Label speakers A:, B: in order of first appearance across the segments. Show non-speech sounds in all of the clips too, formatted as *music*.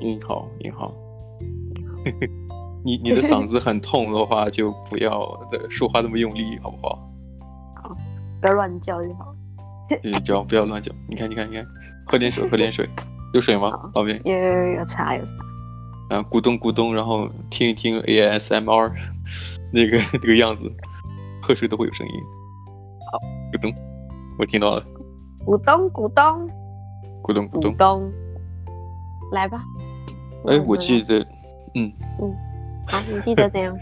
A: 音好，音好。你你的嗓子很痛的话，就不要的说话那么用力，好不好？
B: 不要乱叫就好。
A: 就是只要不要乱叫。你看，你看，你看，喝点水，喝点水。有水吗
B: 好，
A: 宝贝？
B: 有有有茶有茶，
A: 啊，咕咚咕咚，然后听一听 ASMR，那个那个样子，喝水都会有声音。咕咚，我听到了，
B: 股东股东
A: 咕咚咕
B: 股
A: 咚。
B: 东，来吧。嗯
A: 哎，我记得
B: 好，你记得怎样？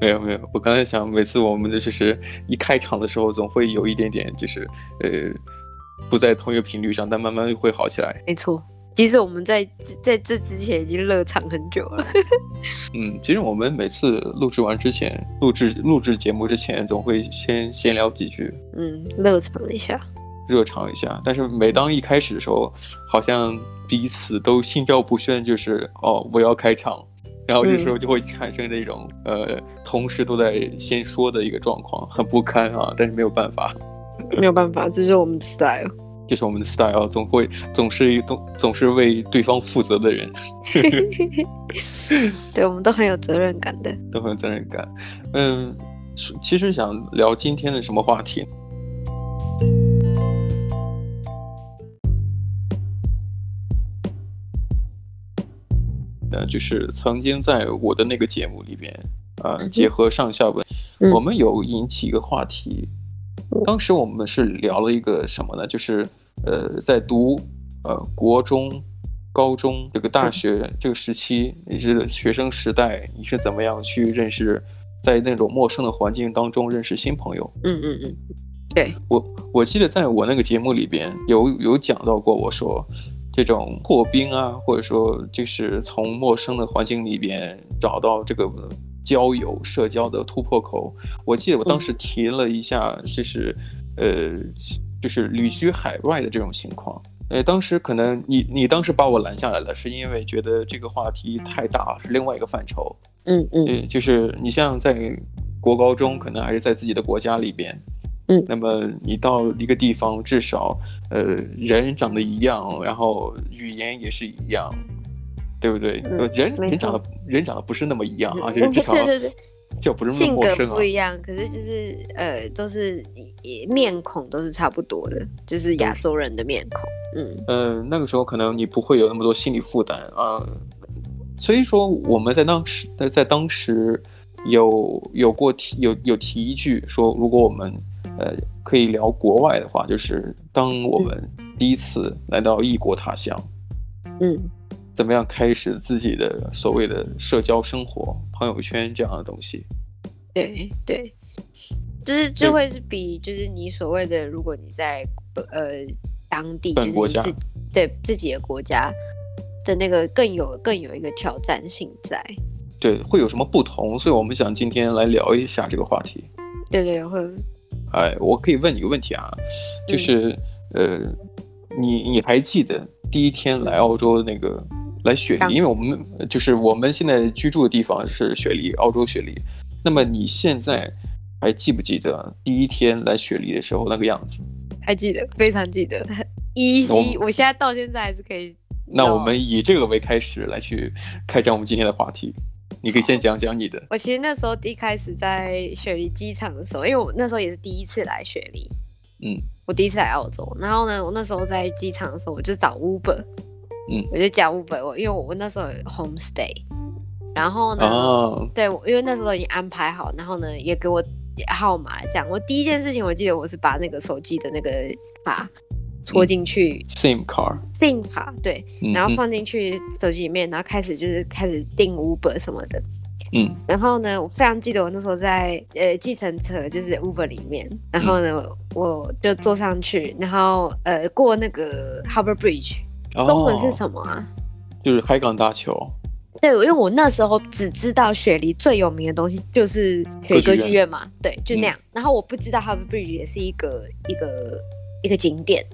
A: 没有没有，我刚才想，每次我们的就是一开场的时候，总会有一点点就是呃不在同一个频率上，但慢慢会好起来。
B: *laughs* 没错，其实我们在在这之前已经热场很久了。 *laughs*
A: 嗯，其实我们每次录制完之前，录制录制节目之前，总会先闲聊几句，
B: 嗯，热场一下。
A: 热场一下。但是每当一开始的时候，好像彼此都心照不宣，就是哦，我要开场。然后这时候就会产生这种、呃，同时都在先说的一个状况，很不堪啊，但是没有办法。
B: 没有办法，这是我们的 style。
A: 这是我们的 style，总会总是总总是为对方负责的人，
B: 对，我们都很有责任感的。
A: 都很有责任感。嗯，是其实想聊今天的什么话题？呃，就是曾经在我的那个节目里边，呃，
B: 嗯
A: 结合上下文，
B: 嗯
A: 我们有引起一个话题。当时我们是聊了一个什么呢？就是呃，在读呃国中、高中这个大学这个时期，也是学生时代，你是怎么样去认识，在那种陌生的环境当中认识新朋友？
B: 嗯嗯嗯，
A: 我我记得在我那个节目里边有有讲到过，我说这种破冰啊，或者说就是从陌生的环境里边找到这个交友社交的突破口。我记得我当时提了一下，就是、呃，就是旅居海外的这种情况。呃，当时可能你你当时把我拦下来了，是因为觉得这个话题太大，是另外一个范畴。
B: 嗯嗯
A: 对，就是你像在国高中，可能还是在自己的国家里边，
B: 嗯
A: 那么你到一个地方，至少呃人长得一样，然后语言也是一样，对不对？
B: 嗯
A: 呃人
B: 没
A: 人长
B: 错嗯
A: 得人长得不是那么一样啊，就是至少
B: 对对对，
A: 这不是那
B: 性
A: 么
B: 格
A: 陌生啊
B: 不。一样，可是就是呃，都是也面孔都是差不多的，就是亚洲人的面孔。嗯
A: 嗯、那个时候可能你不会有那么多心理负担啊、所以说我们在当时在在当时有有过提有有提一句说，如果我们呃可以聊国外的话，就是当我们第一次来到异国他乡，
B: 嗯
A: 怎么样开始自己的所谓的社交生活、朋友圈这样的东西。
B: 对对，就是
A: 对
B: 就会是比就是你所谓的，如果你在呃当地，就
A: 本
B: 是
A: 国
B: 你
A: 家
B: 自对自己的国家的那个更有更有一个挑战性在。
A: 对，会有什么不同？所以我们想今天来聊一下这个话题。
B: 对对，对会有
A: 哎，我可以问你个问题啊，
B: 嗯
A: 就是、呃，你你还记得第一天来澳洲的那个来雪
B: 当
A: 梨？因为我们就是我们现在居住的地方是雪梨，澳洲雪梨。那么你现在还记不记得第一天来雪梨的时候那个样子？
B: 还记得，非常记得， *laughs* 依稀，我现在到现在还是可以。
A: 那我们以这个为开始来去开展我们今天的话题。你可以先讲讲你的，
B: 我其实那时候一开始在雪梨机场的时候，因为我那时候也是第一次来雪梨，
A: 嗯，
B: 我第一次来澳洲。然后呢，我那时候在机场的时候，我就找 Uber，
A: 嗯
B: 我就叫 Uber，我因为我我那时候有 homestay，然后呢，
A: 啊，
B: 对，我因为那时候已经安排好，然后呢也给我号码，这样。我第一件事情我记得我是把那个手机的那个卡戳进去
A: SIM card，
B: SIM 卡，对，
A: 嗯
B: 然后
A: 嗯
B: 放进去手机里面，然后开始就是开始订 Uber 什么的。
A: 嗯
B: 然后呢，我非常记得我那时候在呃计程车，就是 Uber 里面，然后呢，我就坐上去，然后呃过那个 Harbour Bridge，中文是
A: 么？
B: 什么啊？
A: 嗯哦就是海港大桥，
B: 对，因为我那时候只知道雪梨最有名的东西就是雪梨歌剧院嗯嘛，对，就那样。然后我不知道 Harbour Bridge 也是一个一个一个景点。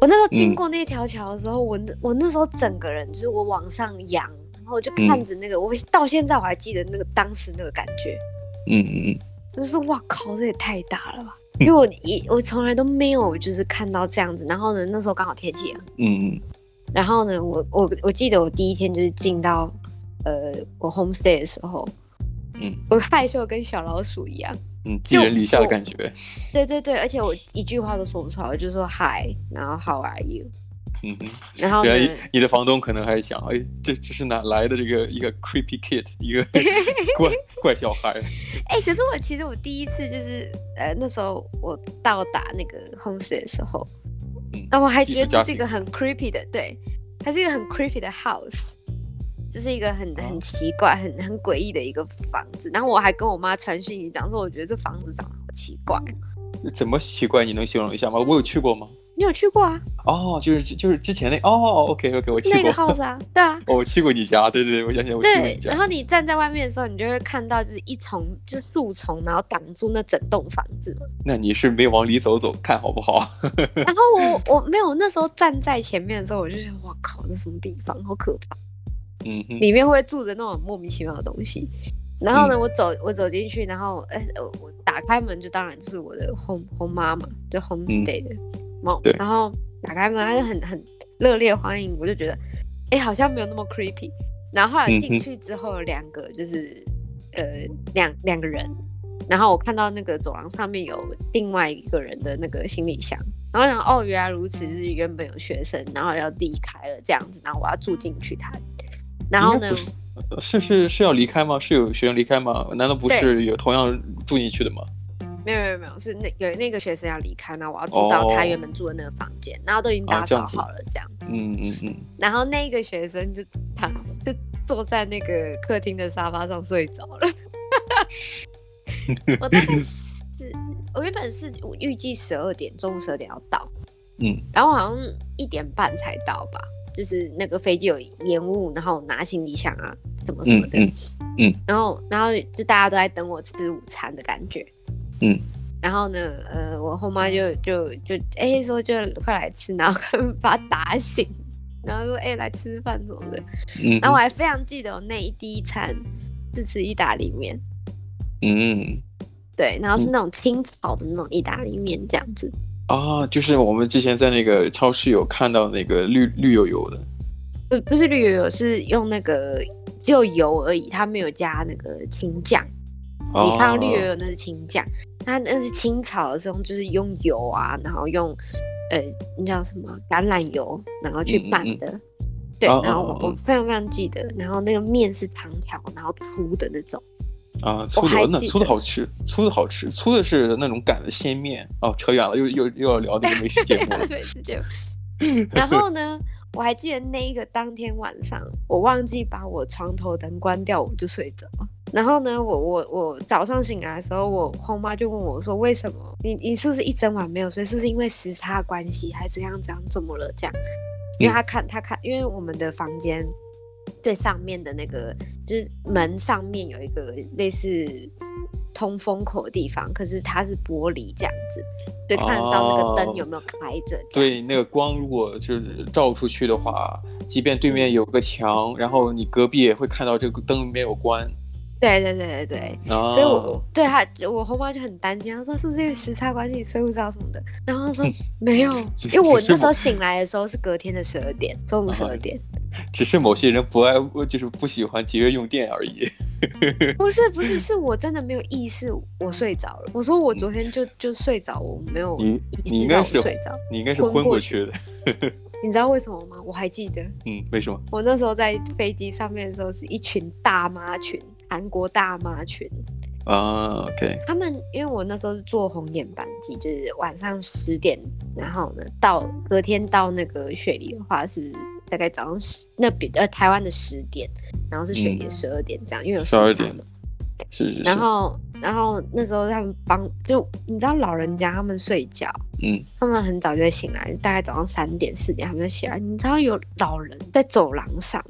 B: 我那时候经过那条桥的时候，我那我那时候整个人就是我往上扬，然后我就看着那个，我到现在我还记得那个当时那个感觉。
A: 嗯嗯嗯，
B: 就是哇靠，这也太大了吧！因为我一我从来都没有就是看到这样子，然后呢，那时候刚好天气也很
A: 嗯嗯，
B: 啊然后呢，我我我记得我第一天就是进到呃我 homestay 的时候，
A: 嗯
B: 我害羞得跟小老鼠一样。
A: 嗯，寄人篱下的感觉，
B: 对对对，而且我一句话都说不出来，我就说 Hi，然后 How are you，
A: 嗯哼。
B: 然后呢，
A: 原来你的房东可能还想，哎，这这是哪来的这个一个 creepy kid，一
B: *laughs*
A: 个怪怪小孩？
B: 哎、可是我其实我第一次就是呃那时候我到达那个 homestay 的时候，
A: 嗯
B: 那我还
A: 寄
B: 觉得
A: 宿家
B: 这是一
A: 庭
B: 个很 creepy 的，对，它是一个很 creepy 的 house，就是一个很
A: 哦
B: 很奇怪、很很诡异的一个房子。然后我还跟我妈传讯息讲说，我觉得这房子长得好奇怪。
A: 怎么奇怪？你能形容一下吗？我有去过吗？
B: 你有去过啊？
A: 哦，就是就是之前那哦，OK OK，我去
B: 那
A: 过
B: 个，house 啊？对啊。
A: 哦，我去过你家，对对对，我想 *laughs* 起来我去过
B: 对
A: 你，家，
B: 然后你站在外面的时候，你就会看到就是一丛就是树丛，然后挡住那整栋房子嘛。
A: 那你是没往里走走看好不好？ *laughs*
B: 然后我 *laughs* 我没有那时候站在前面的时候，我就想，哇靠，那什么地方，好可怕！
A: 嗯哼，
B: 里面会住着那种莫名其妙的东西。然后呢，
A: 嗯
B: 我走我走进去，然后呃呃我打开门就当然就是我的 home home 妈嘛，就 homestay 的梦、
A: 嗯对
B: 然后打开门，他就很很热烈欢迎，我就觉得，哎，好像没有那么 creepy。然后后来
A: 嗯哼
B: 进去之后，有两个就是呃两两个人，然后我看到那个走廊上面有另外一个人的那个行李箱，然后想哦原来如此，就是原本有学生，然后要离开了这样子，然后我要住进去他，然后
A: 应该
B: 呢
A: 不，是呃是是是要离开吗？是有学生离开吗？难道不是有同样住进去的吗？
B: 没有没有没有，是那有那个学生要离开，那我要住到他
A: 哦
B: 原本住的那个房间，然后都已经
A: 啊
B: 打
A: 这
B: 扫
A: 样子
B: 好了这样子。
A: 嗯嗯嗯，
B: 然后那个学生就他就坐在那个客厅的沙发上睡着了。
A: 嗯
B: 我大概是，我原本是我预计十二点，中午十二点要到，
A: 嗯，
B: 然后好像一点半才到吧，就是那个飞机有延误，然后我拿行李箱啊什么什么
A: *laughs*
B: 的，
A: 嗯嗯嗯
B: 然后然后就大家都在等我吃午餐的感觉，
A: 嗯。
B: 然后呢，呃，我后妈就就就哎、说就快来吃，然后把他打醒，然后说哎、来吃饭什么的，
A: 嗯
B: 然后我还非常记得我那一第一餐是吃意大利面，
A: 嗯
B: 对，然后是那种清炒的那种意大利面这样子，
A: 啊，就是我们之前在那个超市有看到那个绿绿油油的，
B: 不不是绿油油，是用那个只有油而已，它没有加那个青酱。你看到绿油
A: 哦
B: 油那是青酱，那那是清炒的时候就是用油啊，然后用呃那叫什么橄榄油，然后去
A: 嗯嗯
B: 拌
A: 嗯
B: 的。对，
A: 哦
B: 然后
A: 哦哦
B: 我我
A: 哦
B: 非常非常记得，然后那个面是长条，然后粗的那种。
A: 啊，粗
B: 还
A: 的那
B: 记
A: 粗的
B: 得。
A: 好吃，粗的好吃，粗的是那种擀的鲜面。哦，扯远了，又又又要聊那个美食节目了
B: *laughs* 对，是这样。 *laughs* 然后呢，我还记得那一个当天晚上，我忘记把我床头灯关掉，我就睡着了。然后呢，我我我早上醒来的时候，我后妈就问我说：“为什么你你是不是一整晚没有睡？是不是因为时差关系，还是怎样怎样怎么了这样？”因为她看她看，因为我们的房间最上面的那个就是门上面有一个类似通风口的地方，可是它是玻璃这样子，所以看得到那个灯
A: 哦
B: 有没有开着这样。
A: 对，那个光如果就是照出去的话，即便对面有个墙，然后你隔壁也会看到这个灯没有关。
B: 对对对对对，
A: 啊，
B: 所以我对他，我后妈就很担心，她说是不是因为时差关系你睡不着什么的？然后她说没有，因为
A: *laughs*
B: 我
A: 只是
B: 那时候
A: 我
B: 醒来的时候是隔天的十二点，中午
A: 啊
B: 十二
A: *laughs*
B: 点，
A: 只是某些人不爱，呃就是不喜欢节约用电而已。 *laughs*
B: 不是不是，是我真的没有意识我睡着了。我说我昨天就就睡着，我没有
A: 嗯你你
B: 意
A: 应
B: 识到
A: 该
B: 我
A: 是
B: 睡着。
A: 你应该是
B: 昏
A: 昏
B: 过
A: 过去
B: 去
A: 的。
B: 你知道为什么吗？我还记得
A: 嗯，为什么？
B: 我那时候在飞机上面的时候，是一群大妈群，韩国大妈群，
A: 啊，OK，
B: 他们因为我那时候是坐红眼班机，就是晚上十点，然后呢到隔天到那个雪梨的话是大概早上十那边呃台湾的十点，然后是雪梨的十二点这样，因为有时
A: 12
B: 差
A: 嗯点
B: 嘛。
A: 是是是
B: 然，后然后那时候他们帮就你知道老人家他们睡觉，
A: 嗯，
B: 他们很早就会醒来，大概早上三点四点他们就起来。你知道有老人在走廊上，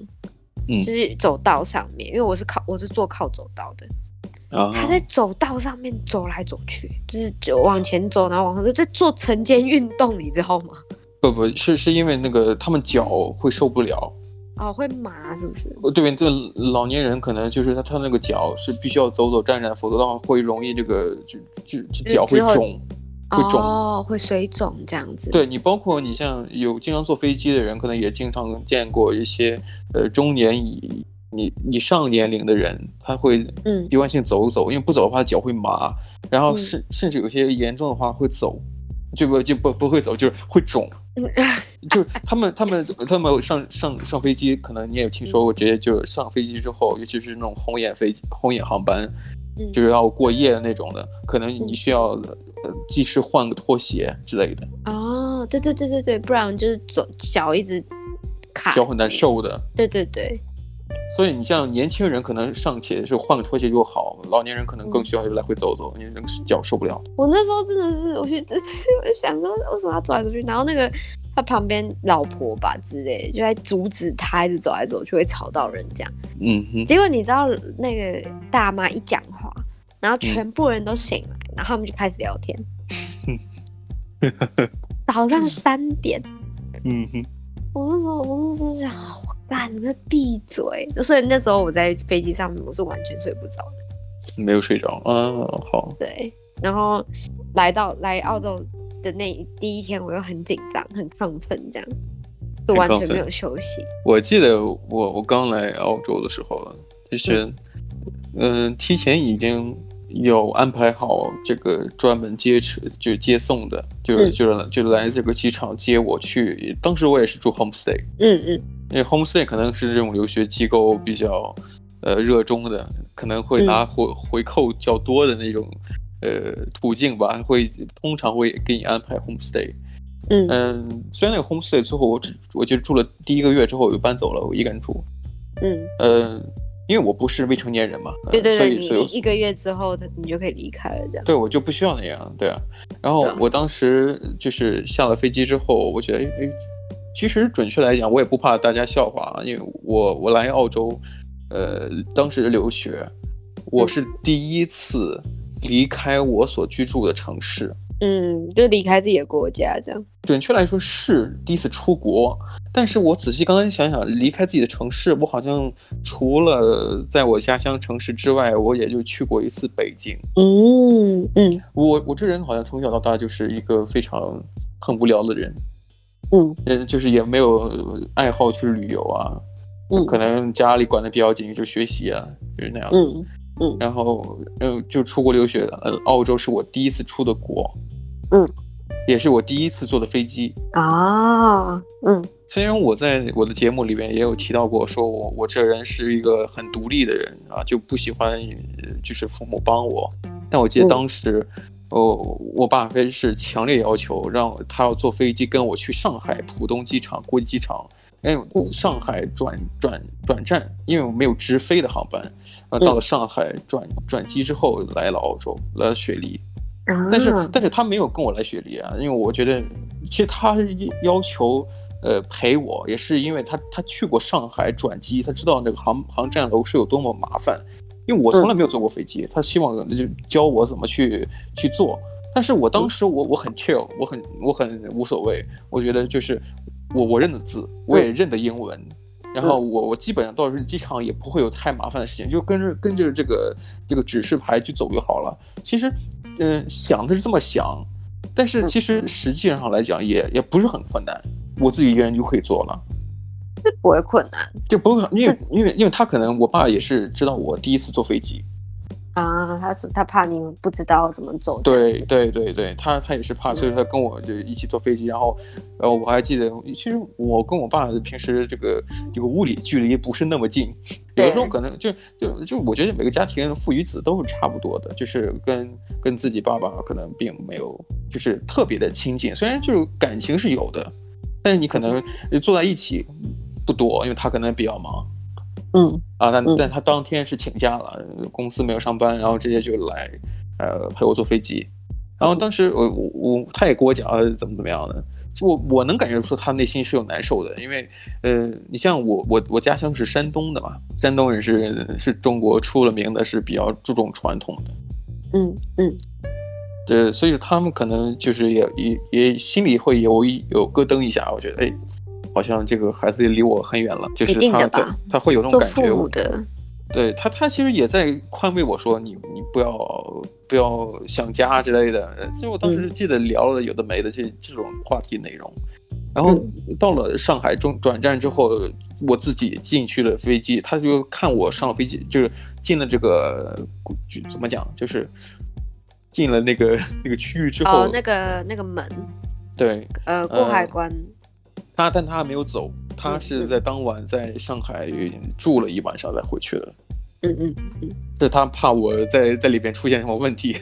A: 嗯
B: 就是走道上面，因为我是靠我是坐靠走道的，
A: 啊，
B: 他在走道上面走来走去，就是就往前走，然后往后走，在做晨间运动，你知道吗？
A: 不不是是因为那个他们脚会受不了，
B: 哦，会麻是不是？
A: 呃，对，这老年人可能就是他他那个脚是必须要走走站站，否则的话会容易这个就就就脚会
B: 之后
A: 肿。会肿。
B: 哦，会水肿这样子。
A: 对你，包括你像有经常坐飞机的人，可能也经常见过一些呃中年以你以上年龄的人，他会
B: 嗯
A: 习惯性走一走，因为不走的话脚会麻，然后
B: 嗯
A: 甚甚至有些严重的话会走，就不就不不会走，就是会
B: *laughs*
A: 肿。就是他们，他们，他们上上上飞机，可能你也听
B: 嗯
A: 说过，直接就是上飞机之后，尤其是那种红眼飞机、红眼航班，
B: 嗯，
A: 就是要过夜的那种的，可能
B: 嗯
A: 你需要呃及时换个拖鞋之类的，
B: 哦，对对对对对，不然就是走脚一直卡，
A: 脚很难。受的。
B: 对对对，
A: 所以你像年轻人可能尚且是换个拖鞋就好，老年人可能更
B: 嗯
A: 需要来回走走，因为那个脚受不了。
B: 我那时候真的是，我去，我就想说为什么要走来走去，然后那个他旁边老婆吧之类，就在阻止他一直走来走去，会吵到人这样。
A: 嗯哼，
B: 结果你知道那个大妈一讲话，然后全部人都醒来，然后他们就开始聊天。早上三点，
A: 嗯哼，
B: 我那时候我那时候就想，我干，你们闭嘴！所以那时候我在飞机上面，我是完全睡不着的。
A: 没有睡着啊，好，
B: 对，然后来到来澳洲的那一第一天，我又很紧张、很亢奋，这样就完
A: 很亢
B: 全
A: 奋
B: 没有休息。
A: 我记得我我刚来澳洲的时候，就是，嗯、提前已经有安排好这个专门接车就接送的，就是
B: 嗯
A: 就是就来这个机场接我去。当时我也是住 homestay，
B: 嗯嗯
A: 因为 homestay 可能是这种留学机构比较呃热衷的，可能会拿回回扣较多的那种呃途径吧，会通常会给你安排 homestay。
B: 嗯
A: 嗯，虽然那个 homestay 最后我只我就住了第一个月之后我就搬走了，我一个人住。
B: 嗯，
A: 呃，因为我不是未成年人嘛，呃
B: 对对
A: 所
B: 对，
A: 以
B: 你
A: 所以
B: 你一个月之后，他你就可以离开了，这样。
A: 对我就不需要那样，对啊。然后
B: 对啊
A: 我当时就是下了飞机之后，我觉得，哎，哎其实准确来讲，我也不怕大家笑话啊，因为我我来澳洲，呃，当时留学，我
B: 嗯
A: 是第一次离开我所居住的城市，
B: 嗯，就离开自己的国家这样。
A: 准确来说是第一次出国，但是我仔细刚才想想，离开自己的城市，我好像除了在我家乡城市之外，我也就去过一次北京。
B: 嗯嗯
A: 我我这人好像从小到大就是一个非常很无聊的人，
B: 嗯
A: 嗯，就是也没有爱好去旅游啊，
B: 嗯，
A: 可能家里管得比较紧，就学习啊，就是那样子。
B: 嗯
A: 然后，嗯，就出国留学的，呃，澳洲是我第一次出的国，
B: 嗯，
A: 也是我第一次坐的飞机，
B: 啊，嗯
A: 虽然我在我的节目里面也有提到过，说我我这人是一个很独立的人啊，就不喜欢呃就是父母帮我。但我记得
B: 嗯
A: 当时，哦，我爸非是强烈要求让我他要坐飞机跟我去上海浦东机场、国际机场，哎，上海转转转站，因为我没有直飞的航班。啊，到了上海转转机之后来了澳洲，来了雪梨。
B: 啊，
A: 但是但是他没有跟我来雪梨啊，因为我觉得其实他要求呃陪我，也是因为他他去过上海转机，他知道那个航航站楼是有多么麻烦。因为我从来没有坐过飞机，他希望就教我怎么去去做。但是我当时我我很 chill，我很我很无所谓，我觉得就是我我认得字，我也认得英文，然后我我基本上到是机场也不会有太麻烦的事情，就跟着跟着这个这个指示牌去走就好了。其实，嗯、想的是这么想，但是
B: 嗯
A: 其实实际上来讲也也不是很困难，我自己一个人就可以做了。
B: 是不会困难
A: 就不用，因为因为因为他可能我爸也是知道我第一次坐飞机，
B: 啊，他是他怕你不知道怎么走。
A: 对对对对，他他也是怕，所以他跟我就一起坐飞机，然后，然后我还记得，其实我跟我爸平时这个这个物理距离不是那么近，有的时候可能就就就我觉得每个家庭父与子都是差不多的，就是跟跟自己爸爸可能并没有就是特别的亲近，虽然就是感情是有的，但是你可能坐在一起不多，因为他可能比较忙，
B: 嗯
A: 啊，但
B: 嗯
A: 但他当天是请假了，呃公司没有上班，然后直接就来，呃，陪我坐飞机。然后当时我我我他也跟我讲呃怎么怎么样的，我我能感觉出他内心是有难受的，因为呃，你像我我我家乡是山东的嘛，山东人是是中国出了名的是比较注重传统的，
B: 嗯嗯
A: 对，所以他们可能就是也也也心里会有一有咯噔一下，我觉得哎，好像这个孩子也离我很远了，就是
B: 一定
A: 他
B: 的
A: 他
B: 吧
A: 他会有那种
B: 做
A: 感
B: 父
A: 觉，
B: 母的
A: 对他，他其实也在宽慰我说：“你你不要不要想家之类的。其实我当时记得聊了有的没的这这种话题内容。然后到了上海中转站之后，我自己进去了飞机，他就看我上了飞机，就是进了这个就怎么讲，就是进了那个那个区域之后，嗯
B: 哦，那个那个门，
A: 对，
B: 呃，过海关，
A: 他但他还没有走，他是在当晚在上海住了一晚上再回去的。
B: 嗯嗯嗯，
A: 是他怕我在在里边出现什么问题，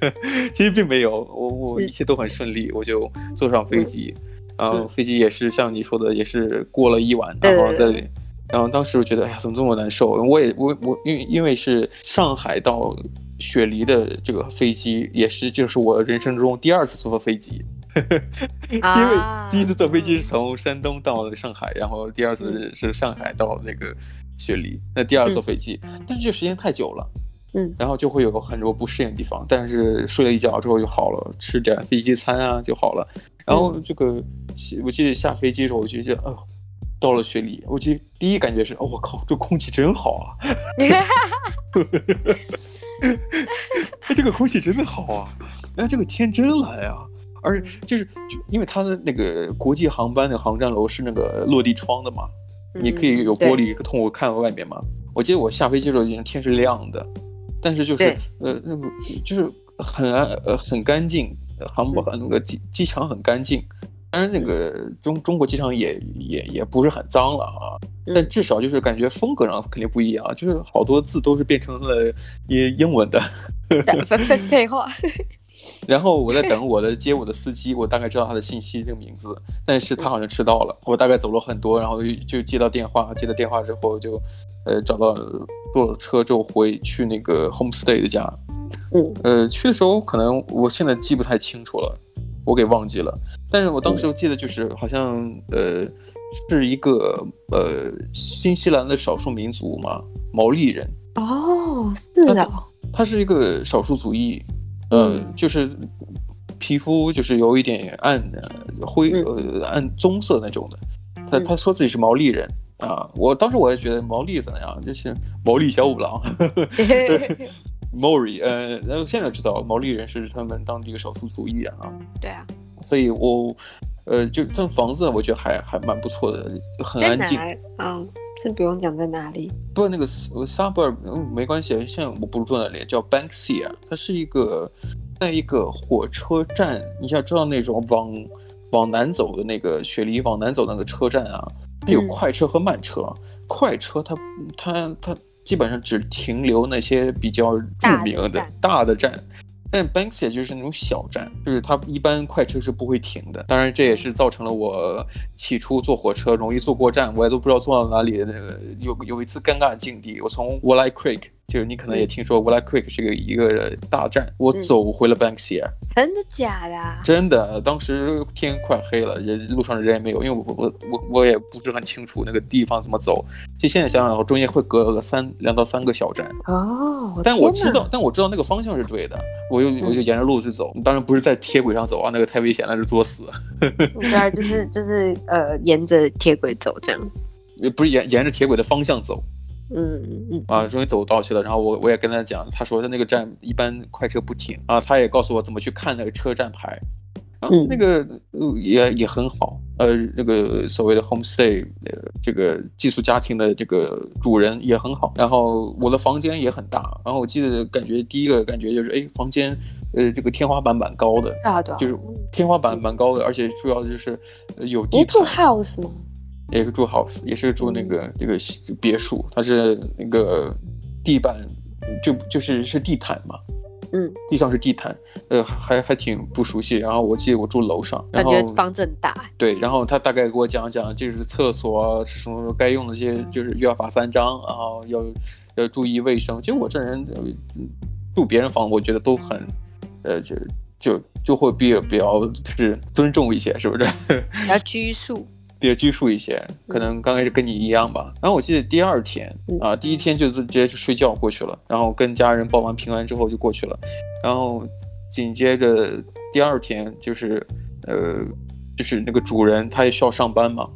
A: *laughs* 其实并没有，我我
B: 是
A: 一切都很顺利，我就坐上飞机，然后
B: 嗯
A: 飞机也是像你说的，也是过了一晚，
B: 对
A: 然后在里，然后当时我觉得哎呀怎么这么难受，我也我我因为因为是上海到雪梨的这个飞机，也是就是我人生中第二次坐飞机， *laughs* 因为
B: 啊，
A: 第一次坐飞机是从山东到上海，然后第二次
B: 嗯
A: 是上海到那个雪梨，那第二次坐飞机，但是这个时间太久了，
B: 嗯
A: 然后就会有很多不适应的地方，但是睡了一觉之后就好了，吃点飞机餐啊就好了。然后这个我记得下飞机的时候，我就觉得，哦，到了雪梨，我记得第一感觉是，哦，我靠，这空气真好啊， *laughs*
B: *laughs*
A: 这个空气真的好啊，哎，这个天真蓝啊！而就是就因为它的那个国际航班的航站楼是那个落地窗的嘛，
B: 嗯
A: 你可以有玻璃通过看外面嘛。我记得我下飞机的时候，已经天是亮的，但是就是
B: 对
A: 呃，那个就是很安呃很干净，航
B: 嗯
A: 母那个机机场很干净。当然，那个中中国机场也也也不是很脏了啊，
B: 嗯
A: 但至少就是感觉风格上肯定不一样啊，就是好多字都是变成了英英文的。
B: 对废废废话，
A: 然后我在等我的接我的司机，我大概知道他的信息这个名字，但是他好像迟到了。我大概走了很多，然后就接到电话，接到电话之后就，呃，找到坐了车之后回去那个 homestay 的家。
B: 嗯
A: 呃，去的时候可能我现在记不太清楚了，我给忘记了。但是我当时我记得就是好像呃是一个呃新西兰的少数民族嘛，毛利人。
B: 哦，是的，
A: 他是一个少数族裔，呃、
B: 嗯
A: 就是皮肤就是有一点暗呃灰呃暗棕色那种的。他
B: 嗯
A: 他说自己是毛利人啊，我当时我也觉得毛利怎样，就是毛利小五郎 *laughs*
B: *laughs* 对
A: Mori，呃，然后现在知道毛利人是他们当地的少数族裔啊，
B: 啊，
A: 所以我。呃，就这房子，我觉得还还蛮不错的，很
B: 在
A: 安静。
B: 哪？嗯，是不用讲在哪里。
A: 不过那个 s- suburb 嗯没关系，现在我不是住那里，叫 Banksia，它是一个在一个火车站，你想知道那种往往南走的那个雪梨往南走的那个车站啊，它有
B: 嗯
A: 快车和慢车，快车它它它基本上只停留那些比较著名
B: 大的
A: 的
B: 站
A: 大的站。但 Banksia 就是那种小站，就是它一般快车是不会停的。当然，这也是造成了我起初坐火车容易坐过站，我也都不知道坐到哪里。那个有有一次尴尬的境地，我从 Walleye Creek，就是你可能也听说 Walleye Creek 是个一个大站，我
B: 嗯
A: 走回了 Banksia，、
B: 真的假的啊？
A: 真的，当时天快黑了，人路上人也没有，因为我我我我也不是很清楚那个地方怎么走。就现在想想，我中间会隔了三两到三个小站，
B: 哦，
A: 但我
B: 天
A: 知
B: 哪嗯
A: 道，但我知道那个方向是对的，我就我就沿着路去走。当然不是在铁轨上走啊，那个太危险了，是作死。
B: 对啊，就是就是呃，沿着铁轨走这样。
A: 也不是沿沿着铁轨的方向走
B: 嗯嗯
A: 啊，终于走到去了。然后我我也跟他讲，他说他那个站一般快车不停啊，他也告诉我怎么去看那个车站牌。然后
B: 嗯
A: 那个呃也也很好，呃，那个所谓的 homestay，呃，这个寄宿家庭的这个主人也很好。然后我的房间也很大，然后我记得感觉第一个感觉就是，哎，房间，呃，这个天花板蛮高的，
B: 对啊对啊，
A: 就是天花板蛮高的，而且主要就是呃有
B: 你
A: 地
B: 是住
A: 毯。
B: house 吗？
A: 也是住 house，也是住那个这个别墅，它是那个地板就就是是地毯嘛，
B: 嗯，
A: 地上是地毯，呃，还还挺不熟悉。然后我记得我住楼上，然
B: 感
A: 后
B: 觉房子很大欸。
A: 对，然后他大概给我讲讲，这是厕所啊是什么该用的这些，就是约法三章，然后要要注意卫生。其实我这人呃住别人房，我觉得都很，呃，就就就会比比较就是尊重一些，是不是？
B: 比较拘束。
A: 比较拘束一些，可能刚开始跟你一样吧。然后我记得第二天
B: 嗯
A: 啊，第一天就直接去睡觉过去了，然后跟家人报完平安之后就过去了，然后紧接着第二天就是，呃，就是那个主人他也需要上班嘛，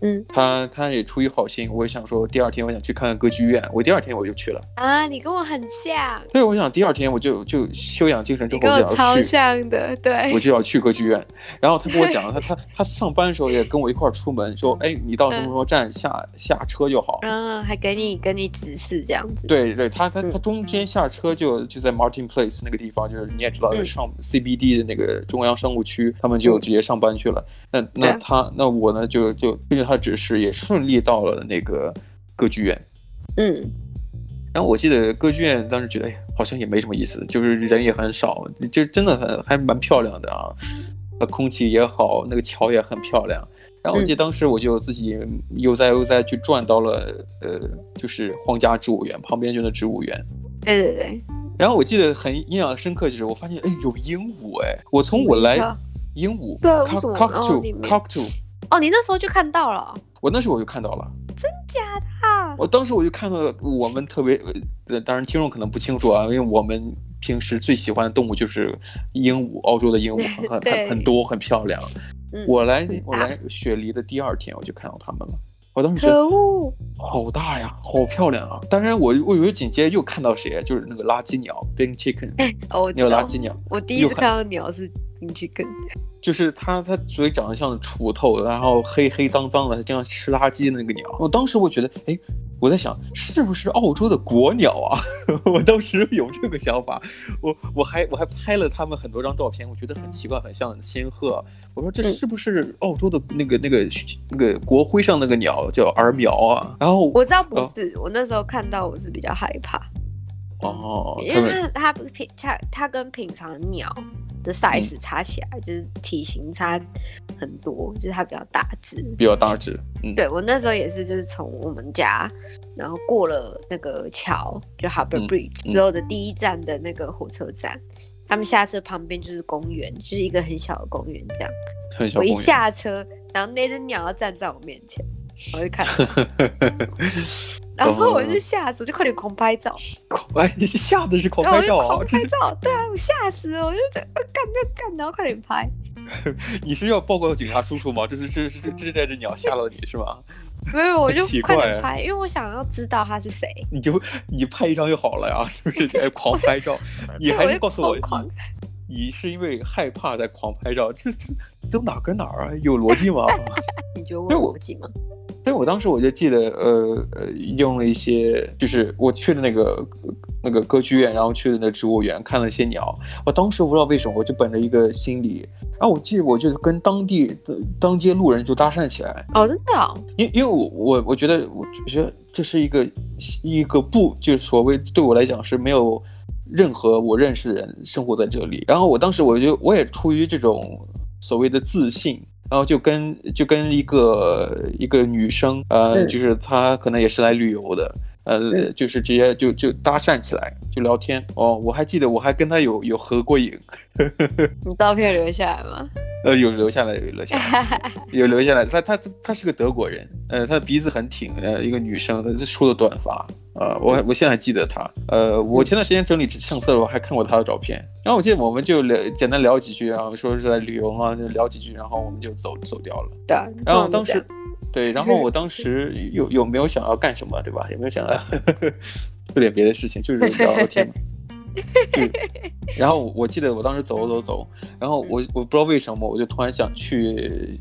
B: 嗯
A: 他他也出于好心，我想说第二天我想去看看歌剧院，我第二天我就去了。
B: 啊，你跟我很像，
A: 对，我想第二天我就就休养精神之
B: 你
A: 后
B: 跟
A: 我
B: 我
A: 就要
B: 超
A: 去，
B: 像的，对
A: 我，就要去歌剧院。然后他跟我讲，他他他上班的时候也跟我一块儿出门，说，哎，你到什么什么站下下车就好。
B: 嗯，还给你给你指示这样子，
A: 对对，他他他
B: 嗯
A: 中间下车就就在 Martin Place 那个地方，就是你也知道，
B: 嗯
A: 上 CBD 的那个中央商务区，他们就
B: 嗯
A: 直接上班去了。那那
B: 对
A: 他那我呢，就就根据他的指示，也顺利到了那个歌剧院。
B: 嗯，
A: 然后我记得歌剧院当时觉得，哎呀，好像也没什么意思，就是人也很少，就真的很还蛮漂亮的啊，呃，空气也好，那个桥也很漂亮。然后我记得
B: 嗯
A: 当时我就自己悠哉悠哉去转到了呃，就是皇家植物园旁边就是植物园。
B: 对对对，
A: 然后我记得很印象深刻，就是我发现哎有鹦鹉哎，我从我
B: 没
A: 来
B: 错
A: 鹦鹉
B: 对
A: cock-
B: 为什么哦你
A: cockatoo
B: 没
A: cockatoo，
B: 哦，你那时候就看到了哦
A: 我那时候我就看到了，
B: 假的啊，
A: 我当时我就看到了我们特别，呃，当然听众可能不清楚啊，因为我们平时最喜欢的动物就是鹦鹉，澳洲的鹦
B: *laughs*
A: 鹉很很
B: 对
A: 很很多，很漂亮。
B: 嗯
A: 我来
B: 很大
A: 我来雪梨的第二天我就看到它们了，我当时觉得
B: 可恶，
A: 好大呀，好漂亮啊！当然我我以为紧接着又看到谁，啊就是那个垃圾鸟 （bin chicken），
B: 哦，我
A: 你
B: 知
A: 有垃
B: 道，
A: 圾鸟。
B: 我第一
A: 又
B: 次
A: 很
B: 看到鸟是进去跟，
A: 就是它，它嘴长得像锄头，然后黑黑脏脏的，这样吃垃圾的那个鸟。我当时我觉得，哎，我在想是不是澳洲的国鸟啊？ *laughs* 我当时有这个想法，我我还我还拍了他们很多张照片，我觉得很奇怪，很像仙鹤。啊我说这
B: 嗯
A: 是不是澳洲的那个那个那个国徽上那个鸟叫儿苗啊？然后
B: 我知道不
A: 哦
B: 是，我那时候看到我是比较害怕，
A: 哦，他
B: 因
A: 们
B: 为它它平它它跟平常鸟
A: 嗯
B: 的 size 差起来，就是体型差很多，就是它比较大只。
A: 比较大只，嗯，
B: 对我那时候也是，就是从我们家，然后过了那个桥，就 Harbour
A: 嗯
B: Bridge、
A: 嗯
B: 之后的第一站的那个火车站，他们下车旁边就是公园，就是一个很小的公园这样。
A: 很小
B: 我
A: 公
B: 一
A: 园。 *laughs*
B: 下车，然后那只鸟要站在我面前，我
A: *laughs*
B: 就看它，然
A: 哦
B: 后我就吓死，我就快点狂拍照。
A: 恐哎，你吓得是恐
B: 然后
A: 拍
B: 我就
A: 照啊！
B: 狂
A: 这
B: 拍照，对啊，我吓死了，我就觉得呃干就干，然后快点拍。
A: 你是要报告警察叔叔吗？这是这是这是这只鸟吓到你是吗？
B: 没有，我就
A: 奇
B: 快
A: 怪
B: 点
A: 啊
B: 拍，因为我想要知道他是谁。
A: 你就你拍一张就好了呀，是不是？哎，狂拍
B: *laughs*
A: 照，你
B: 对
A: 还
B: 我
A: 是
B: 就
A: 告诉我，
B: 狂
A: 你你是因为害怕在狂拍照，这这都哪跟哪儿啊？有逻辑吗？
B: *laughs* 你觉得我
A: 对
B: 有
A: 我
B: 逻
A: *laughs*
B: 辑吗？
A: 所以我当时我就记得，呃呃，用了一些，就是我去的那个那个歌剧院，然后去的那植物园，看了一些鸟。我当时不知道为什么，我就本着一个心理，然后我记得我就跟当地当街路人就搭讪起来，
B: 哦，真的哦，
A: 因因为我我我觉得我觉得这是一个一个不就是所谓对我来讲是没有任何我认识的人生活在这里。然后我当时我就我也出于这种所谓的自信，然后就跟就跟一个一个女生，呃，
B: 嗯
A: 就是她可能也是来旅游的。呃，
B: 嗯
A: 就是直接就就搭讪起来，就聊天哦。我还记得，我还跟她有有合过影，
B: 你照片留下来吗？
A: 呃，有留下来，有留下来。有留下来。她她她是个德国人，呃，她的鼻子很挺，呃，一个女生，她是梳的短发，呃，我还我现在还记得她，呃，我前段时间整理相册的时候还看过她的照片。然后我记得我们就聊简单聊几句，然后说是来旅游嘛，就聊几句，然后我们就走走掉了。
B: 对啊，
A: 然后
B: 通常都
A: 当
B: 这样
A: 时，对，然后我当时有有没有想要干什么，对吧？有没有想要 *laughs* 做点别的事情，就是聊聊天嘛。对，然后我我记得我当时走走走，然后我我不知道为什么，我就突然想去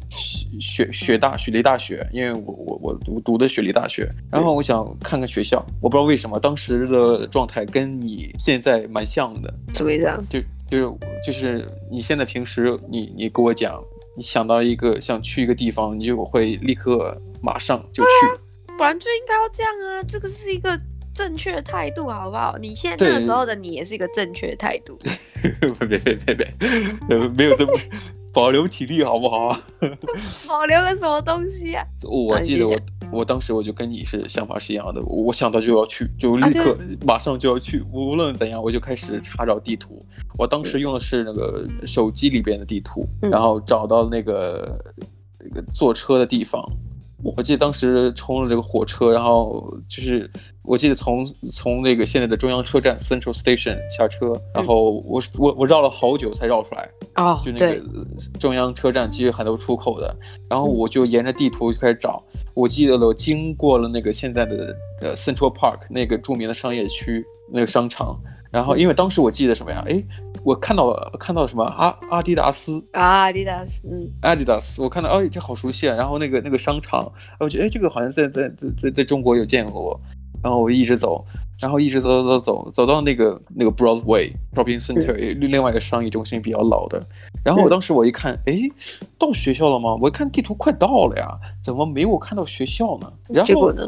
A: 雪雪大雪梨大学，因为我我我我读的雪梨大学，然后我想看看学校，我不知道为什么当时的状态跟你现在蛮像的，
B: 怎么啊样？
A: 就就是就是你现在平时你你跟我讲，你想到一个想去一个地方，你就会立刻马上就去。
B: 本来就应该要这样啊，这个是一个正确的态度，啊好不好？你现在
A: 对
B: 那个时候的你也是一个正确的态度。
A: *laughs* 别别别别，呃没有这么保留体力好不好？啊
B: 保留个什么东西啊？
A: 我
B: 啊你
A: 记
B: 继
A: 得
B: 续
A: 我我当时我就跟你是想法是一样的，我我想到就要去，就立
B: 啊
A: 刻马上就要去，无论怎样我就开始查找地图。我当时用的是那个手机里边的地图，
B: 嗯
A: 然后找到那个那个坐车的地方。我记得当时冲了这个火车，然后就是我记得从从那个现在的中央车站 Central Station 下车，
B: 嗯
A: 然后我我我绕了好久才绕出来，
B: 哦，
A: 就那
B: 对
A: 个，中央车站其实很多出口的，然后我就沿着地图就开始找，我记得了，我经过了那个现在的呃 Central Park 那个著名的商业区那个商场，然后因为当时我记得什么呀？诶，我看到看到什么阿阿迪达斯
B: 啊，Adidas，嗯，
A: Adidas，我看到哎这好熟悉啊，然后那个那个商场，哎我觉得哎这个好像在在在在在中国有见过，然后我一直走，然后一直走走走走走到那个那个 Broadway shopping center 另另外一个商业中心比较老的，然后我
B: 嗯
A: 当时我一看，哎到学校了吗？我一看地图快到了呀，怎么没有看到学校呢？然
B: 结果
A: 后
B: 呢？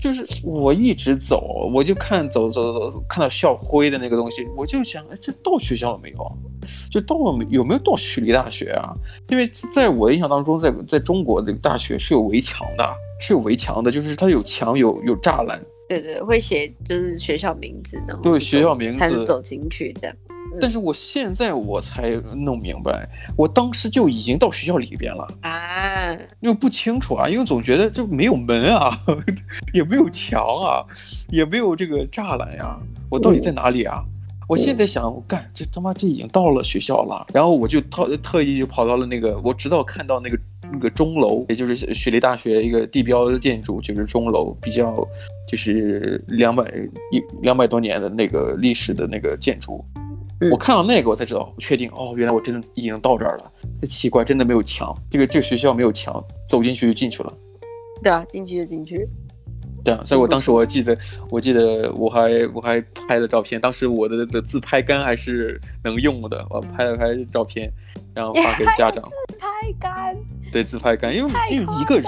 A: 就是我一直走，我就看走走走走，看到校徽的那个东西，我就想，哎，这到学校了没有啊？就到了没有没有到许黎大学啊？因为在我的印象当中，在在中国的大学是有围墙的，是有围墙的，就是它有墙有有栅栏。
B: 对对，会写就是学校名字，然后
A: 对
B: 你
A: 学
B: 走
A: 校名
B: 才
A: 字
B: 能走进去这样。
A: 但是我现在我才弄明白，我当时就已经到学校里边了，
B: 啊，
A: 因为不清楚啊，因为总觉得这没有门啊， *laughs* 也没有墙啊，也没有这个栅栏呀、我到底在哪里啊？我现在想，我干这他妈这已经到了学校了，然后我就特特意就跑到了那个，我直到看到那个那个钟楼，也就是雪梨大学一个地标的建筑，就是钟楼，比较就是两百一两百多年的那个历史的那个建筑。
B: 嗯
A: 我看到那个，我才知道，确定哦，原来我真的已经到这儿了。这奇怪，真的没有墙，这个这个学校没有墙，走进去就进去了。
B: 对啊，进去就进去。
A: 对啊，所以我当时我记得， *laughs* 我记得我还我还拍了照片，当时我的的自拍杆还是能用的，我拍了拍照片，然后发给家
C: 哎
A: 长。
B: 太干，
A: 对，自拍杆，因为因为一个人，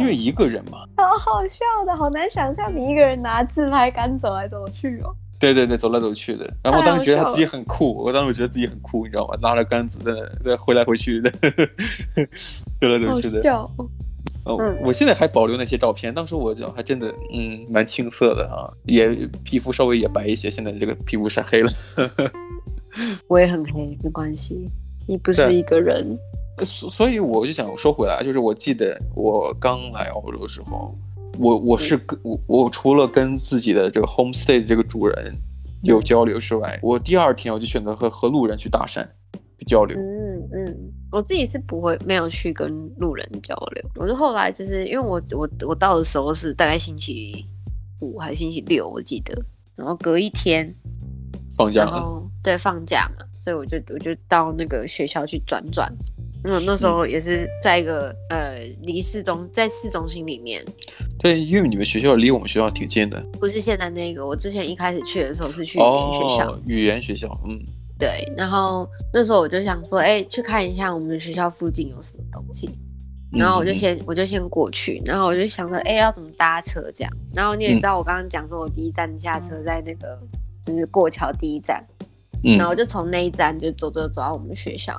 A: 因为一个人嘛。
C: 好好笑的，好难想象你一个人拿自拍杆走来走去哦。
A: 对对对，走来走去的。然后我
C: 太
A: 当
C: 好
A: 时觉得
C: 笑
A: 他自己
C: 了
A: 很酷，我当时觉得自己很酷，你知道吗？拿着杆子在在回来回去的， *laughs* 走来走
C: 好
A: 去的。
C: 笑哦，
A: 哦
C: 嗯，
A: 我现在还保留那些照片，当时我就还真的，嗯，蛮青涩的啊，也皮肤稍微也白一些，现在这个皮肤晒黑了。 *laughs*
B: 我也很黑，没关系，你不
A: 对
B: 是一个人。
A: 所所以我就想说回来，啊就是我记得我刚来澳洲的时候，我我是
B: 嗯
A: 跟我我除了跟自己的这个 homestay 的这个主人
B: 嗯
A: 有交流之外，我第二天我就选择和和路人去搭讪去交流。
B: 嗯嗯，我自己是不会没有去跟路人交流，我是后来就是因为我我我到的时候是大概星期五还是星期六，我记得，然后隔一天，
A: 放假
B: 然
A: 了，
B: 后对放假嘛，所以我就我就到那个学校去转转。因为我那时候也是在一个、呃离市中，在市中心里面，
A: 对，因为你们学校离我们学校挺近的。
B: 不是现在那个。我之前一开始去的时候是去语言学校，
A: 哦，语言学校，嗯，
B: 对。然后那时候我就想说，哎、去看一下我们学校附近有什么东西。然后我就
A: 嗯
B: 先、我就先过去，然后我就想着，哎、要怎么搭车这样。然后
A: 嗯
B: 你也知道，我刚刚讲说我第一站下车在那个就是过桥第一站，
A: 嗯
B: 然后我就从那一站就走走走到我们学校，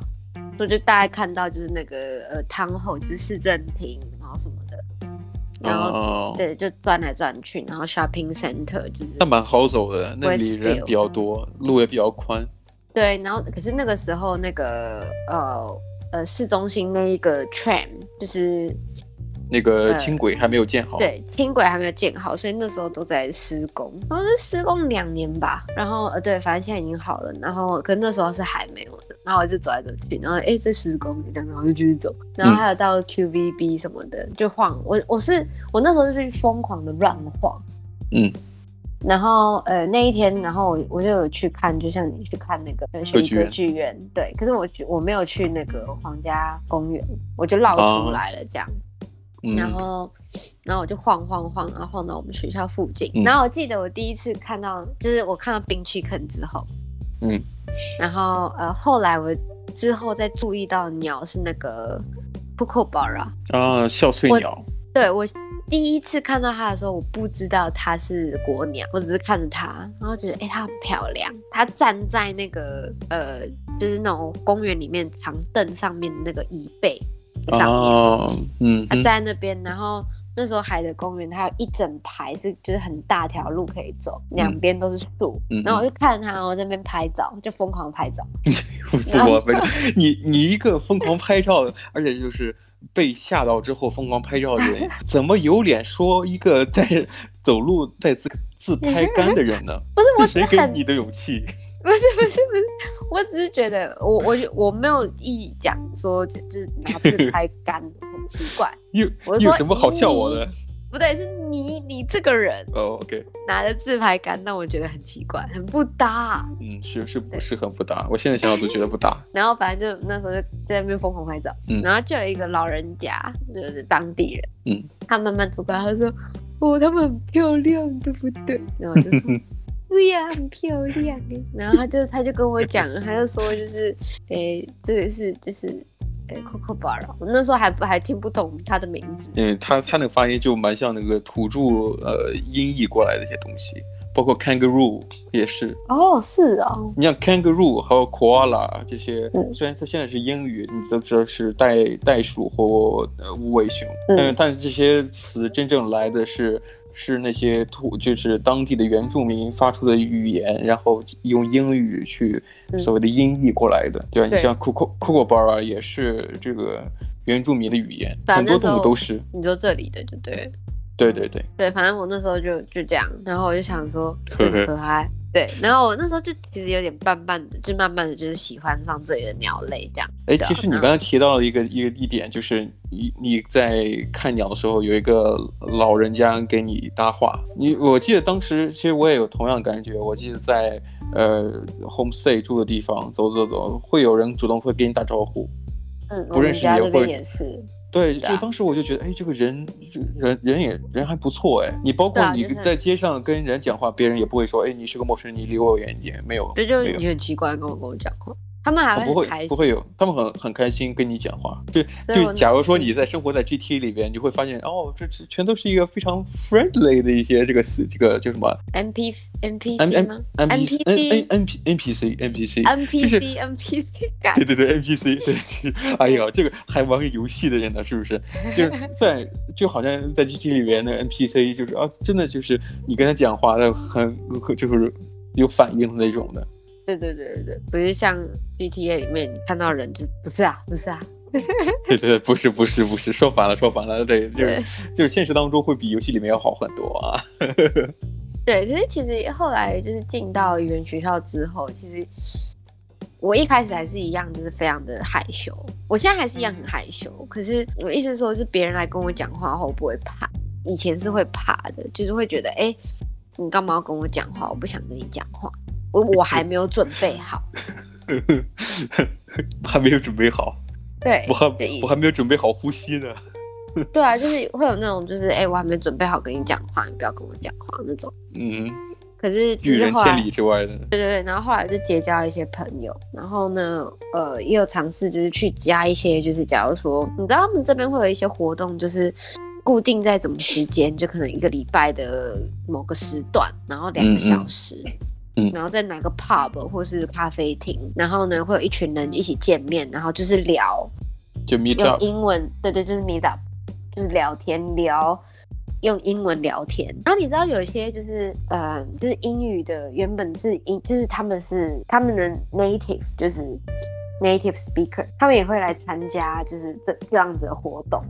B: 所以就大概看到就是那个呃汤后就是市政厅，然后什么的，然后、
A: 哦
B: 对，就转来转去，然后 shopping center 就是
A: 那蛮好走的，那里
B: Westfield
A: 人比较多，路也比较宽。
B: 对，然后可是那个时候那个呃呃市中心那一个 tram 就是
A: 那个
B: 呃
A: 轻轨还没有建好，
B: 对，轻轨还没有建好，所以那时候都在施工。然后是施工两年吧，然后呃对，反正现在已经好了。然后可那时候是还没有的，然后我就走来走去，然后哎在施工这样，然后就继续走。然
A: 嗯
B: 后还有到 QVB 什么的，就晃。我我是我那时候就是疯狂的乱晃，
A: 嗯。
B: 然后呃那一天，然后我我就有去看，就像你去看那个呃雪梨
A: 剧
B: 歌
A: 院
B: 剧院，对。可是我去我没有去那个皇家公园，我就绕
A: 哦
B: 出来了这样。
A: 嗯，
B: 然后，然后我就晃晃晃，然后晃到我们学校附近。
A: 嗯
B: 然后我记得我第一次看到，就是我看到冰淇淋之后，
A: 嗯，
B: 然后呃，后来我之后再注意到鸟是那个 c o c o b a r a
A: 啊，笑翠
B: 我
A: 鸟，
B: 对我第一次看到它的时候，我不知道它是国鸟，我只是看着它，然后觉得哎、诶它很漂亮。它站在那个呃，就是那种公园里面长凳上面的那个椅背上面。
A: 啊，嗯
B: 他
A: 哼，
B: 在那边，然后那时候海德公园它有一整排是就是很大条路可以走，两边都是树，
A: 嗯
B: 然后我就看着他，然后在那边拍照，就疯狂拍照。
A: *laughs* 不不不，你你一个疯狂拍照，而且就是被吓
B: *laughs*
A: 到之后疯狂拍照的人，怎么有脸说一个在走路在自自拍杆的人呢？
B: 不是， *laughs*
A: 这
B: 我只
A: 谁
B: 是
A: 给
B: 很
A: 你的勇气？
B: 不是不是不是，我只是觉得我我我没有意讲说就就是拿自拍杆很奇怪，
A: 又
B: 我是
A: 又有
B: 说
A: 什么好笑我的？
B: 不对，是你你这个人
A: 哦，OK，
B: 拿着自拍杆，让我觉得很奇怪，很不搭。啊
A: 嗯，是是不是很不搭？我现在想想都觉得不搭。
B: 然后反正就那时候就在那边疯狂拍照，
A: 嗯
B: 然后就有一个老人家，就是当地人，
A: 嗯，
B: 他慢慢走过来，他说：“哦，他们很漂亮，对不对？”然后我就
A: *laughs*
B: 说：“对呀、很漂亮耶。”然后他就他就跟我讲，他就说就是，诶，这个是就是，诶 c o c o b a r 我那时候还不还听不懂他的名字，
A: 嗯，他他那个发音就蛮像那个土著呃音译过来的一些东西，包括 kangaroo 也是。
B: 哦，是哦，
A: 你像 kangaroo 还有 koala 这些，
B: 嗯
A: 虽然它现在是英语，你都知道是袋袋鼠或呃无尾熊，
B: 嗯
A: 但是但是这些词真正来的是是那些土，就是当地的原住民发出的语言，然后用英语去
B: 嗯
A: 所谓的音译过来的，对吧？你
D: 对
A: 像 kuko kuko bara 啊也是这个原住民的语言，
B: 反
A: 很
B: 正
A: 多
B: 那时候
A: 动物都是，
B: 你说这里的就对了，
A: 对对对，
B: 对，反正我那时候就就这样，然后我就想说
A: 呵
B: 很
A: 呵
B: 可爱。对，然后我那时候就其实有点半半的，就慢慢的就是喜欢上这里的鸟类这样。
A: 哎，
B: 对啊
A: 其实你刚才提到了一个一个一点，就是你你在看鸟的时候，有一个老人家给你搭话。你我记得当时，其实我也有同样的感觉。我记得在呃 homestay 住的地方走走走，会有人主动会给你打招呼。
B: 嗯，
A: 不认识
B: 我
A: 你
B: 们家
A: 也
B: 这边
A: 会
B: 也是，
A: 对，
B: 对
A: 就
B: 啊
A: 当时我就觉得，哎，这个人这人人也人还不错哎。你包
B: 对
A: 括
B: 啊
A: 你
B: 就是
A: 在街上跟人讲话，别人也不会说，哎，你是个陌生人，你离我远一点。没有，
B: 这就
A: 没有哦
B: 你很奇怪跟我跟我讲话，他们还
A: 不
B: 啊很
A: 会
B: 开心，
A: 不会有，他们很很开心跟你讲话。就
B: 所以我
A: 就
B: 嗯
A: 假如说你在生活在 GT 里边，你会发现哦，这这全都是一个非常 friendly 的一些这个这个叫什么
B: M P M P
A: M
B: C
A: M
B: 吗
A: M P C N N
B: NPC
A: N P N P C N P C。
B: ？M P
A: 就是
B: C M P C 感
A: 对对对，N P C，对，是哎呀，这个还玩个游戏的人呢，是不是？
B: *laughs*
A: 就是在就好像在 G T 里面的 N P C，就是啊，真的就是你跟他讲话，他很就是有反应的那种的。
B: 对对对对对，不是像 G T A 里面你看到人就不是啊不是啊，
A: 对对，对不是不是不是，说反了说反了，对，就是
B: 对
A: 就是现实当中会比游戏里面要好很多啊。 *laughs*
B: 对，可是其实后来就是进到语言学校之后，其实我一开始还是一样，就是非常的害羞。我现在还是一样很害羞，可是我意思说是别人来跟我讲话后，我不会怕。以前是会怕的，就是会觉得，哎、你干嘛要跟我讲话？我不想跟你讲话，我我还没有准备好。
A: 还没有准备好，
B: 对，
A: 我还
B: 对
A: 我还没有准备好呼吸呢。
B: 对啊，就是会有那种，就是哎、诶我还没准备好跟你讲话，你不要跟我讲话那种。
A: *laughs* 嗯，
B: 可是
A: 拒
B: 就是
A: 人
B: 后来
A: 千里之外的，
B: 对对对，然后后来就结交一些朋友，然后呢，呃，也有尝试就是去加一些，就是假如说，你知道他们这边会有一些活动，就是固定在怎么时间，就可能一个礼拜的某个时段，然后两
A: 嗯嗯
B: 个小时，
A: 嗯
B: 然后在哪个 pub 或是咖啡厅，然后呢会有一群人一起见面，然后就是聊
A: 就 meet
B: 用
A: up，
B: 英文，对对，就是 meet up，就是聊天聊，用英文聊天。然后你知道有一些就是呃，就是英语的原本是英，就是他们是他们的 native，就是 native speaker，他们也会来参加就是这这样子的活动。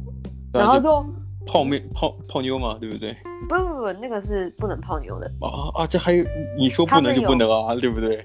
A: 对啊
B: 然后
A: 就
B: 说
A: 泡妹泡泡妞嘛，对不对？
B: 不不不，那个是不能泡妞的，
A: 啊啊，这还有你说不
B: 他
A: 能
B: 们
A: 就不
B: 有
A: 能啊，对不对？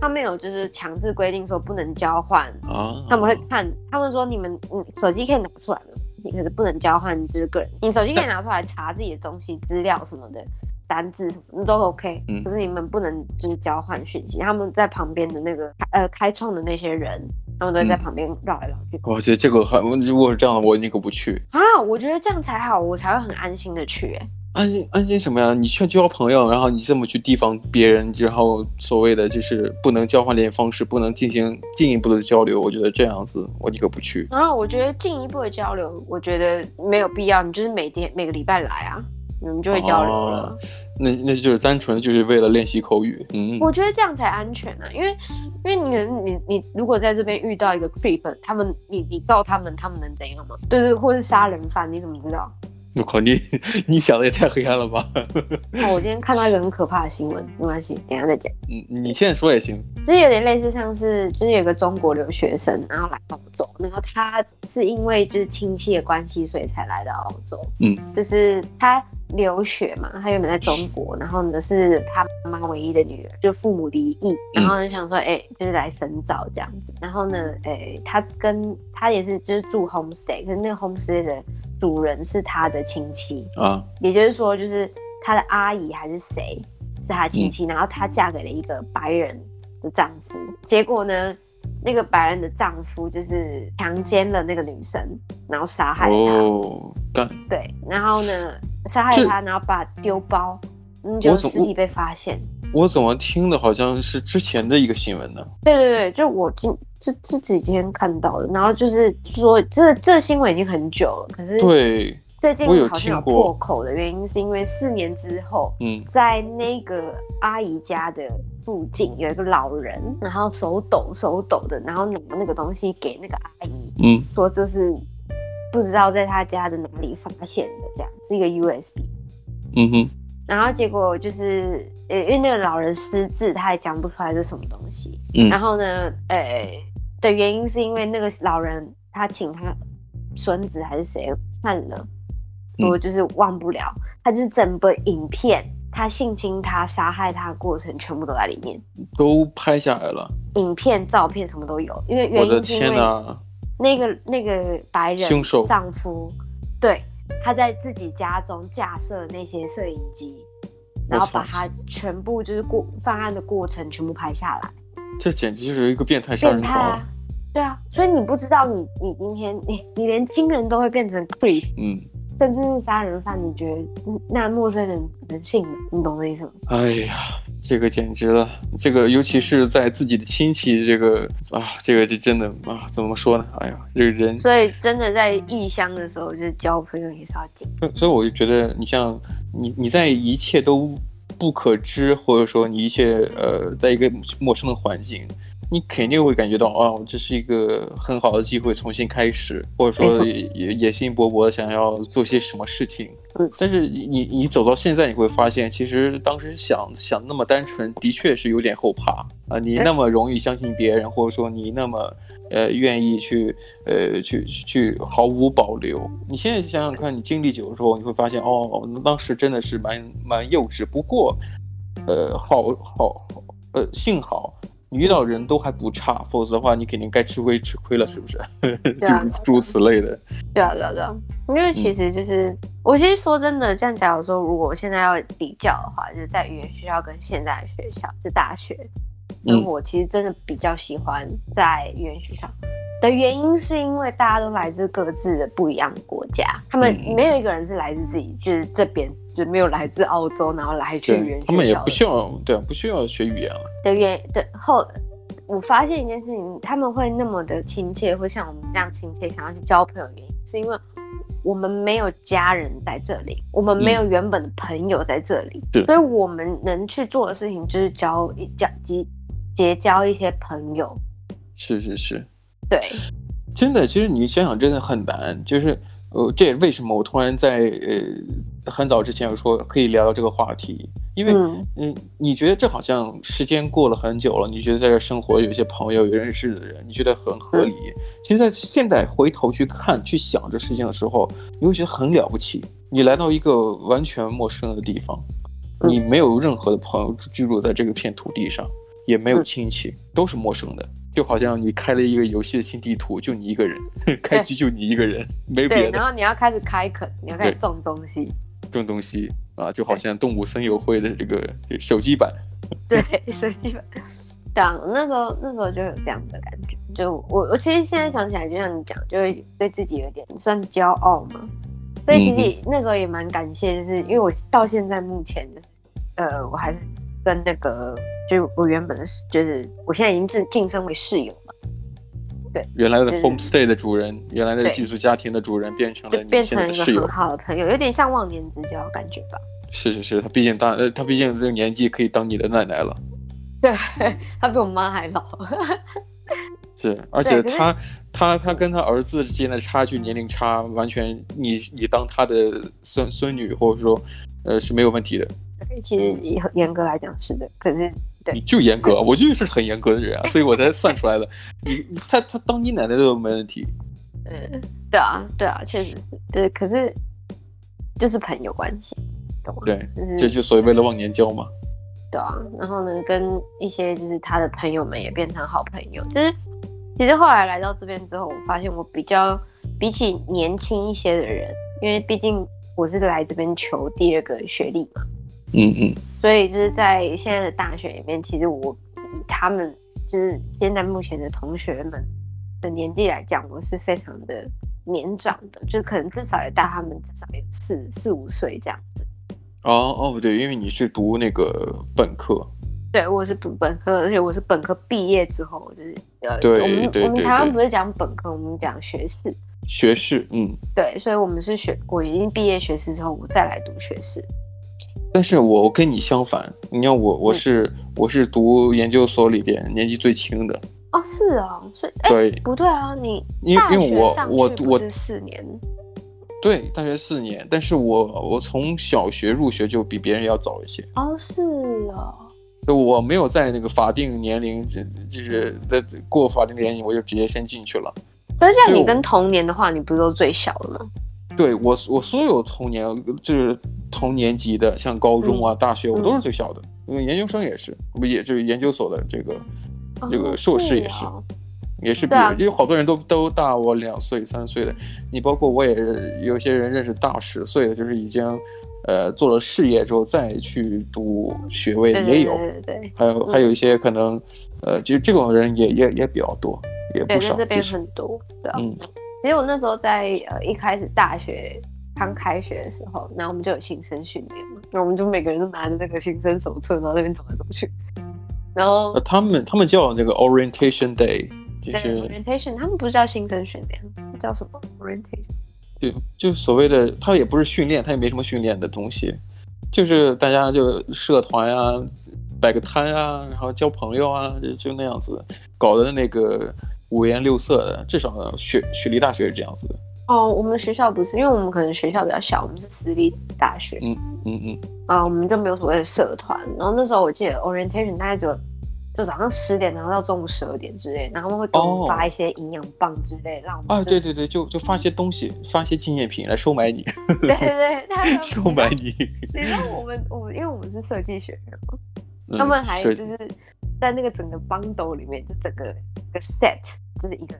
B: 他们有就是强制规定说不能交换
A: 啊，
B: 他们会看，他们说你们嗯手机可以拿出来吗？你可是不能交换，就是个人，你手机可以拿出来查自己的东西、资料什么的，单字什么的都 OK，、
A: 嗯
B: 可是你们不能就是交换讯息。他们在旁边的那个呃开创的那些人，他们都会在
A: 嗯
B: 旁边绕来绕去、
A: 我觉得这个还如果是这样，我宁可不去。
B: 啊，我觉得这样才好，我才会很安心的去、欸。
A: 安心安心什么呀？你去交朋友，然后你这么去提防别人，然后所谓的就是不能交换联系方式，不能进行进一步的交流，我觉得这样子我宁可不去。
B: 然后我觉得进一步的交流，我觉得没有必要，你就是每天每个礼拜来啊，你们就会交流了。
A: 哦那那就是单纯就是为了练习口语。嗯，
B: 我觉得这样才安全啊，因为因为你能你你如果在这边遇到一个 creep，他们你你告他们，他们能怎样吗？对对，或是杀人犯，你怎么知道？
A: 我靠，你你想的也太黑暗了吧？
B: 哦，我今天看到一个很可怕的新闻，没关系，等一下再讲。
A: 你你现在说也行。
B: 就是有点类似像是就是有个中国留学生，然后来澳洲，然后他是因为就是亲戚的关系，所以才来到澳洲。
A: 嗯，
B: 就是他留学嘛，她原本在中国，然后呢是她妈妈唯一的女儿，就父母离异，然后呢想说，哎、就是来深造这样子。然后呢，哎、她跟她也是就是住 homestay，可是那个 homestay 的主人是她的亲戚，
A: 啊，
B: 也就是说，就是她的阿姨还是谁是她亲
A: 嗯
B: 戚，然后她嫁给了一个白人的丈夫，结果呢，那个白人的丈夫就是强奸了那个女生，然后杀害她。
A: 哦，干，
B: 对，然后呢，杀害
A: 这
B: 他，然后把他丢包，嗯，就
A: 我怎
B: 尸
A: 我
B: 体被发现。
A: 我怎么听的好像是之前的一个新闻呢？
B: 对对对，就我今这这几天看到的，然后就是说这这新闻已经很久了，可是
A: 对，
B: 最近
A: 我有
B: 好像有
A: 听过
B: 破口的原因，是因为四年之后，
A: 嗯，
B: 在那个阿姨家的附近有一个老人，然后手抖手抖的，然后拿那个东西给那个阿姨，
A: 嗯，
B: 说这是不知道在他家的哪里发现的，这样是一个 USB。
A: 嗯哼，
B: 然后结果就是，呃，因为那个老人失智，他也讲不出来是什么东西。
A: 嗯
B: 然后呢，呃，的原因是因为那个老人他请他孙子还是谁看了，
A: 嗯
B: 说就是忘不了，他就是整部影片，他性侵他、杀害他的过程全部都在里面，
A: 都拍下来了，
B: 影片、照片什么都有。因为
A: 我
B: 原
A: 的
B: 因是因
A: 天
B: 为
A: 哪！
B: 那个那个白人
A: 凶手
B: 丈夫，对，他在自己家中架设那些摄影机，然后
A: 我操
B: 把他全部就是过犯案的过程全部拍下来，
A: 这简直就是一个变态杀
B: 变
A: 人狂
B: 态
A: 啊
B: 啊！！对啊，所以你不知道你你今天你你连亲人都会变成 creep，
A: 嗯，
B: 甚至是杀人犯，你觉得嗯那陌生人人性吗？你懂我的意思吗？
A: 哎呀，这个简直了！这个尤其是在自己的亲戚，这个啊，这个就真的啊，怎么说呢？哎呀，这个人，
B: 所以真的在异乡的时候，就是交朋友也是要谨
A: 所以我就觉得，你像你你在一切都不可知，或者说你一切呃，在一个陌生的环境。你肯定会感觉到，哦，这是一个很好的机会，重新开始，或者
B: 没
A: 说
B: 错
A: 也也野心勃勃地想要做些什么事情。
B: 嗯
A: 但是你你你走到现在，你会发现，其实当时想想那么单纯，的确是有点后怕啊。你
B: 哎
A: 那么容易相信别人，或者说你那么呃愿意去呃去去毫无保留。你现在想想看，你经历久了之后，你会发现，哦，当时真的是蛮蛮幼稚。不过，呃，好好好呃，幸好。你遇到人都还不差，否则的话，你肯定该吃亏吃亏了，是不是？
B: 对啊
A: *laughs* 就诸如此类的。
B: 对啊，对啊，对啊，因为
A: 嗯
B: 其实就是、我其实说真的，这样假如说如果我现在要比较的话，就是在语言学校跟现在的学校，就大学
A: 嗯
B: 生活，其实真的比较喜欢在语言学校。的原因是因为大家都来自各自的不一样的国家，他们
A: 嗯
B: 没有一个人是来自自己，就是这边就没有来自澳洲，然后来去语
A: 对
B: 言，
A: 他们
B: 学
A: 也
B: 校
A: 不需要，对啊，不需要学语言了。
B: 的原的后，我发现一件事情，他们会那么的亲切，会像我们这样亲切，想要去交朋友，原因是因为我们没有家人在这里，我们没有
A: 嗯
B: 原本的朋友在这里，
A: 是
B: 所以我们能去做的事情就是交一交结结交一些朋友。
A: 是是是，
B: 对，
A: 真的，其实你想想，真的很难。就是，呃，这也为什么我突然在呃很早之前有说可以聊聊这个话题，因为
B: 嗯，
A: 嗯，你觉得这好像时间过了很久了，你觉得在这生活有一些朋友有认识的人，你觉得很合
B: 嗯
A: 理。其实，在现在回头去看、去想这事情的时候，你会觉得很了不起。你来到一个完全陌生的地方，
B: 嗯
A: 你没有任何的朋友居住在这个片土地上，也没有
B: 嗯
A: 亲戚，都是陌生的。就好像你开了一个游戏的新地图，就你一个人， *laughs* 开
B: 对
A: 局就你一个人，没别
B: 对，
A: 的
B: 然后你要开始开垦，你要开始
A: 对
B: 种东西，
A: 这种东西啊，就好像动物森友会的这个这手机版。
B: 对， *laughs* 所以嗯对啊，那时候那时候就有这样的感觉。就我我其实现在想起来，就像你讲，就会对自己有点算骄傲嘛。所以其实也那时候也蛮感谢，就是因为我到现在目前就是，呃，我还是跟那个就是我原本的室，就是我现在已经晋晋升为室友嘛，
A: 原来的
B: 就是
A: homestay 的主人，原来的
B: 嗯对
A: 寄宿家庭的主人，变成了
B: 就
A: 你
B: 变
A: 现
B: 成
A: 在的
B: 一个
A: 室
B: 很
A: 友。
B: 好的朋友，有点像忘年之交的感觉吧。
A: 是是是，他毕竟大呃，他毕竟这个年纪可以当你的奶奶了。
B: 对， *laughs* 他比我妈还 *laughs* 老。
A: 是，而且
B: 可是
A: 他他他跟他儿子之间的差距年龄差，完全你你当他的孙孙女或者说呃是没有问题的。
B: 其实也很严格来讲是的，可是对
A: 你就严格，我就是很严格的人啊，所以我才算出来的。你他他当你奶奶都没问题。
B: *laughs* 嗯，对啊，对啊，确实是，对，可是就是朋友关系，懂吗？
A: 对，
B: 嗯
A: 这就所谓为了忘年交嘛。
B: 对啊，然后呢，跟一些就是他的朋友们也变成好朋友。就是其实后来来到这边之后，我发现我比较比起年轻一些的人，因为毕竟我是来这边求第二个学历嘛，
A: 嗯嗯，
B: 所以就是在现在的大学里面，其实我以他们就是现在目前的同学们的年纪来讲，我是非常的年长的，就可能至少也大他们至少有四四五岁这样子。
A: 哦哦，对，因为你是读那个本科，
B: 对，我是读本科，而且我是本科毕业之后，就是呃，
A: 对
B: 我们
A: 对
B: 我们
A: 对
B: 台湾
A: 对
B: 不是讲本科，我们讲学士，
A: 学士，嗯。
B: 对，所以我们是学，我已经毕业学士之后，我再来读学士，
A: 但是我我跟你相反，你看我我
B: 嗯
A: 是、我是读研究所里边年纪最轻的，
B: 哦，是哦，所以哎，
A: 对，
B: 不对啊，你
A: 因为
B: 大
A: 因为
B: 学
A: 我
B: 上
A: 我
B: 去
A: 我
B: 不是四年，
A: 对大学四年，但是我我从小学入学就比别人要早一些，
B: 哦，是哦，
A: 就我没有在那个法定年龄，这就是在过法定年龄，我就直接先进去了。
B: 但是像
A: 所以
B: 你
A: 我
B: 跟同年的话，你不是都最小的吗？
A: 对我我所有同年就是同年级的，像高中
B: 嗯
A: 啊、大学，我都是最小的。因为研究生也是，不也就是研究所的这个这个
B: 哦
A: 硕士也
B: 哦
A: 是也是比
B: 对啊
A: 我，因为好多人都都大我两岁三岁的，你包括我也有些人认识大十岁的，就是已经呃做了事业之后再去读学位的
B: 对
A: 也
B: 对
A: 有，
B: 对对对。
A: 还有还有一些可能呃就这种人也也也比较多，也
B: 对，
A: 不
B: 在
A: 少
B: 这。边
A: 其实
B: 很多，对啊。
A: 嗯
B: 其实我那时候在呃一开始大学刚开学的时候，然后我们就有新生训练嘛，然后我们就每个人都拿着那个新生手册，然后在那边走来走去，然后
A: 呃，他们他们叫那个 orientation day，就
B: 对
A: 是
B: orientation，他们不是叫新生训练，那叫什么 orientation？
A: 就就所谓的，它也不是训练，它也没什么训练的东西，就是大家就社团啊，摆个摊啊，然后交朋友啊，就就那样子，搞得那个五颜六色的。至少雪雪梨大学是这样子的，
B: 哦，我们学校不是，因为我们可能学校比较小，我们是私立大学
A: 嗯嗯，
B: 啊、我们就没有所谓的社团。然后那时候我记得 orientation 大概只有就早上十点，然后到中午十二点之类，然后他们会给我
A: 哦
B: 们发一些营养棒之类，让我们
A: 啊，
B: 真的
A: 对对对，就就发些东西，发些纪念品来收买你，
B: 对对，对，
A: *laughs*
B: 他们
A: 收买你。
B: 你知道我们我们因为我们是设计学院嘛，
A: 嗯
B: *laughs* 他们还
A: 是
B: 就是在那个整个帮斗里面，就整个一个 set 就是一个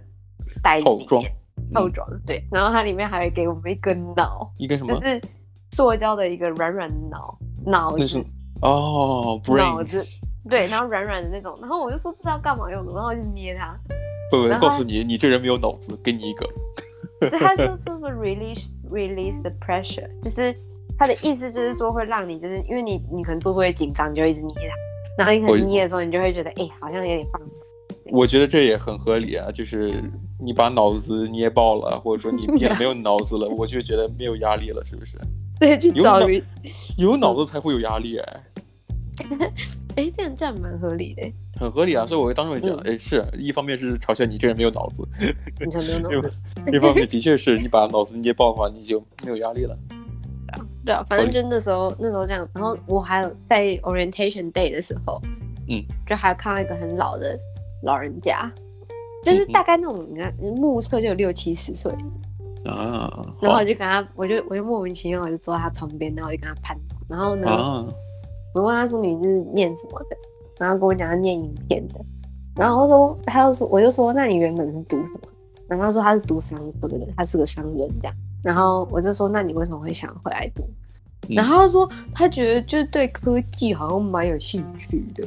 B: 袋子
A: 套
B: 里面
A: 装
B: 套装对，然后它里面还会给我们一个脑，
A: 一个什
B: 就
A: 么？
B: 是塑胶的一个软软的脑脑
A: 那
B: 子
A: 是哦
B: 脑
A: ，brain，
B: 子。对，然后软软的那种，然后我就说这是要干嘛用的，然后我就捏它，
A: 不不，
B: 然后
A: 告诉你，你这人没有脑子，给你一个。
B: 对，它就是 *laughs* 什么 release release the pressure，就是它的意思就是说会让你就是因为你你可能做作业紧张，你就会一直捏它，然后你可
A: 我
B: 能捏的时候你就会觉得哎、好像有点放松。
A: 我觉得这也很合理啊，就是你把脑子捏爆了，或者说
B: *laughs*
A: 你
B: 啊
A: 变得没有脑子了，我就觉得没有压力了，是不是？
B: 对，去
A: 有
B: 找
A: 脑
B: re，
A: 有脑子才会有压力，哎，
B: 哎、这样这样蛮合理的。
A: 很合理啊。所以我当时会讲，
B: 嗯
A: 哎，是一方面是嘲笑你这人没有脑子，
B: 你
A: *laughs*
B: 才没有
A: 对
B: 弄
A: 吧？另一方
B: *laughs*
A: 面的确是你把脑子捏爆的话，你就没有压力了。
B: 对啊，反正就那时候那时候这样，然后我还有在 orientation day 的时候，
A: 嗯，
B: 就还看到一个很老的老人家，就是
A: 嗯嗯
B: 大概那种你看目测就有六七十岁，
A: 啊，
B: 然后我就跟他，我就我就莫名其妙我就坐在他旁边，然后我就跟他攀谈，然后呢，
A: 啊，
B: 我问他说你是念什么的，然后他跟我讲他念影片的，然后他说他又说我就说那你原本是读什么？然后他说他是读商科的，他是个商人这样。然后我就说那你为什么会想回来读？
A: 嗯
B: 然后他说他觉得就是对科技好像蛮有兴趣的，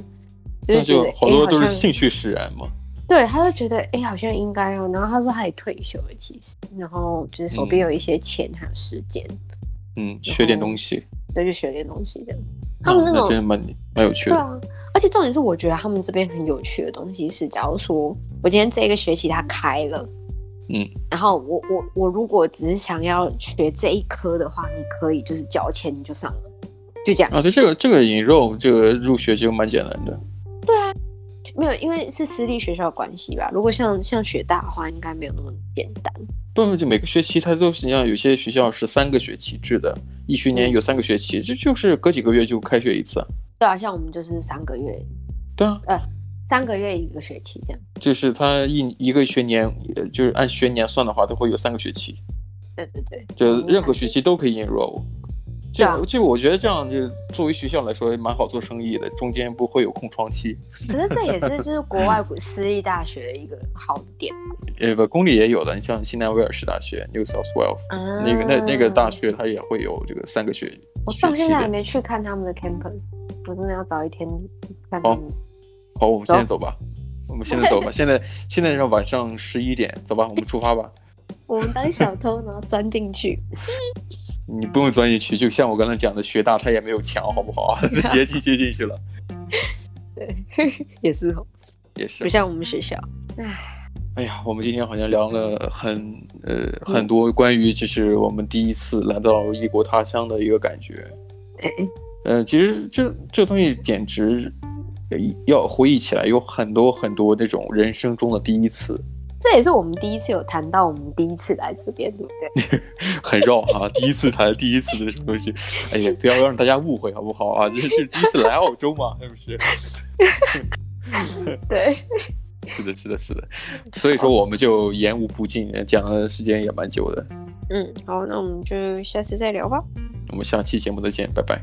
B: 就是
A: 那
B: 觉
A: 就
B: 得
A: 好
B: 诶
A: 多
B: 哎好
A: 都是
B: 像
A: 兴趣使然嘛。
B: 对，他就觉得哎、诶好像应该哦。然后他说他也退休了其实，然后就是手边
A: 嗯
B: 有一些钱还有时间，
A: 嗯，学点东西，
B: 再去学点东西这样。他
A: 啊
B: 们那
A: 那
B: 种
A: 真的蛮蛮有趣
B: 对
A: 的。
B: 啊，而且重点是，我觉得他们这边很有趣的东西是，假如说我今天这个学期它开了，
A: 嗯，
B: 然后我我我如果只是想要学这一科的话，你可以就是交钱你就上了，就这样。
A: 啊，就这个这个引肉，这个入学就蛮简单的。
B: 没有，因为是私立学校的关系吧。如果像像学大的话，应该没有那么简单。
A: 不不，就每个学期它都是一样，有些学校是三个学期制的，一学年
B: 嗯
A: 有三个学期，这就是隔几个月就开学一次啊。
B: 对啊，像我们就是三个月，
A: 对啊，
B: 三个月一个学期这样。
A: 就是它一一个学年，呃就是按学年算的话，都会有三个学期，
B: 对对对，
A: 就
B: 嗯
A: 任何学期都可以 enroll。这
B: 对啊
A: 这我觉得这样就作为学校来说蛮好做生意的，中间不会有空窗期。
B: 可是这也是就是国外 *laughs* 私立大学的一个好的点。
A: 呃，不，公立也有的，你像新南威尔士大学 （New South Wales），、那
B: 啊
A: 个那那个大学它也会有这个三个学
B: 我
A: 学
B: 到
A: 期
B: 现在还
A: 的。
B: 没去看他们的 campus，我真的要找一天看他
A: 哦
B: 们。
A: 好，我们现在
B: 走
A: 走吧，我们现在走吧，现在现在是晚上十一点，走吧，我们出发吧。
B: 我们当小偷，然后钻进去。
A: 你不用钻进去，就像我刚才讲的，学大他也没有墙，好不好啊？ *laughs* 接近接进去了，
B: 对， *laughs* 也是哦，
A: 也是
E: 不。像我们学校。
A: 哎呀，我们今天好像聊了很呃很多关于就是我们第一次来到异国他乡的一个感觉。
E: 哎
A: 呃，其实这这东西简直呃要回忆起来，有很多很多那种人生中的第一次，
B: 这也是我们第一次有谈到我们第一次来这边，对不对？
A: 很绕哈、第一次谈第一次的东西，哎呀，不要让大家误会好不好啊？这这第一次来澳洲嘛，是不是？
B: 对，
A: 是的，是的，是的。所以说我们就言无不尽，讲的时间也蛮久的。
B: 嗯，好，那我们就下次再聊吧，
A: 我们下期节目再见，拜拜。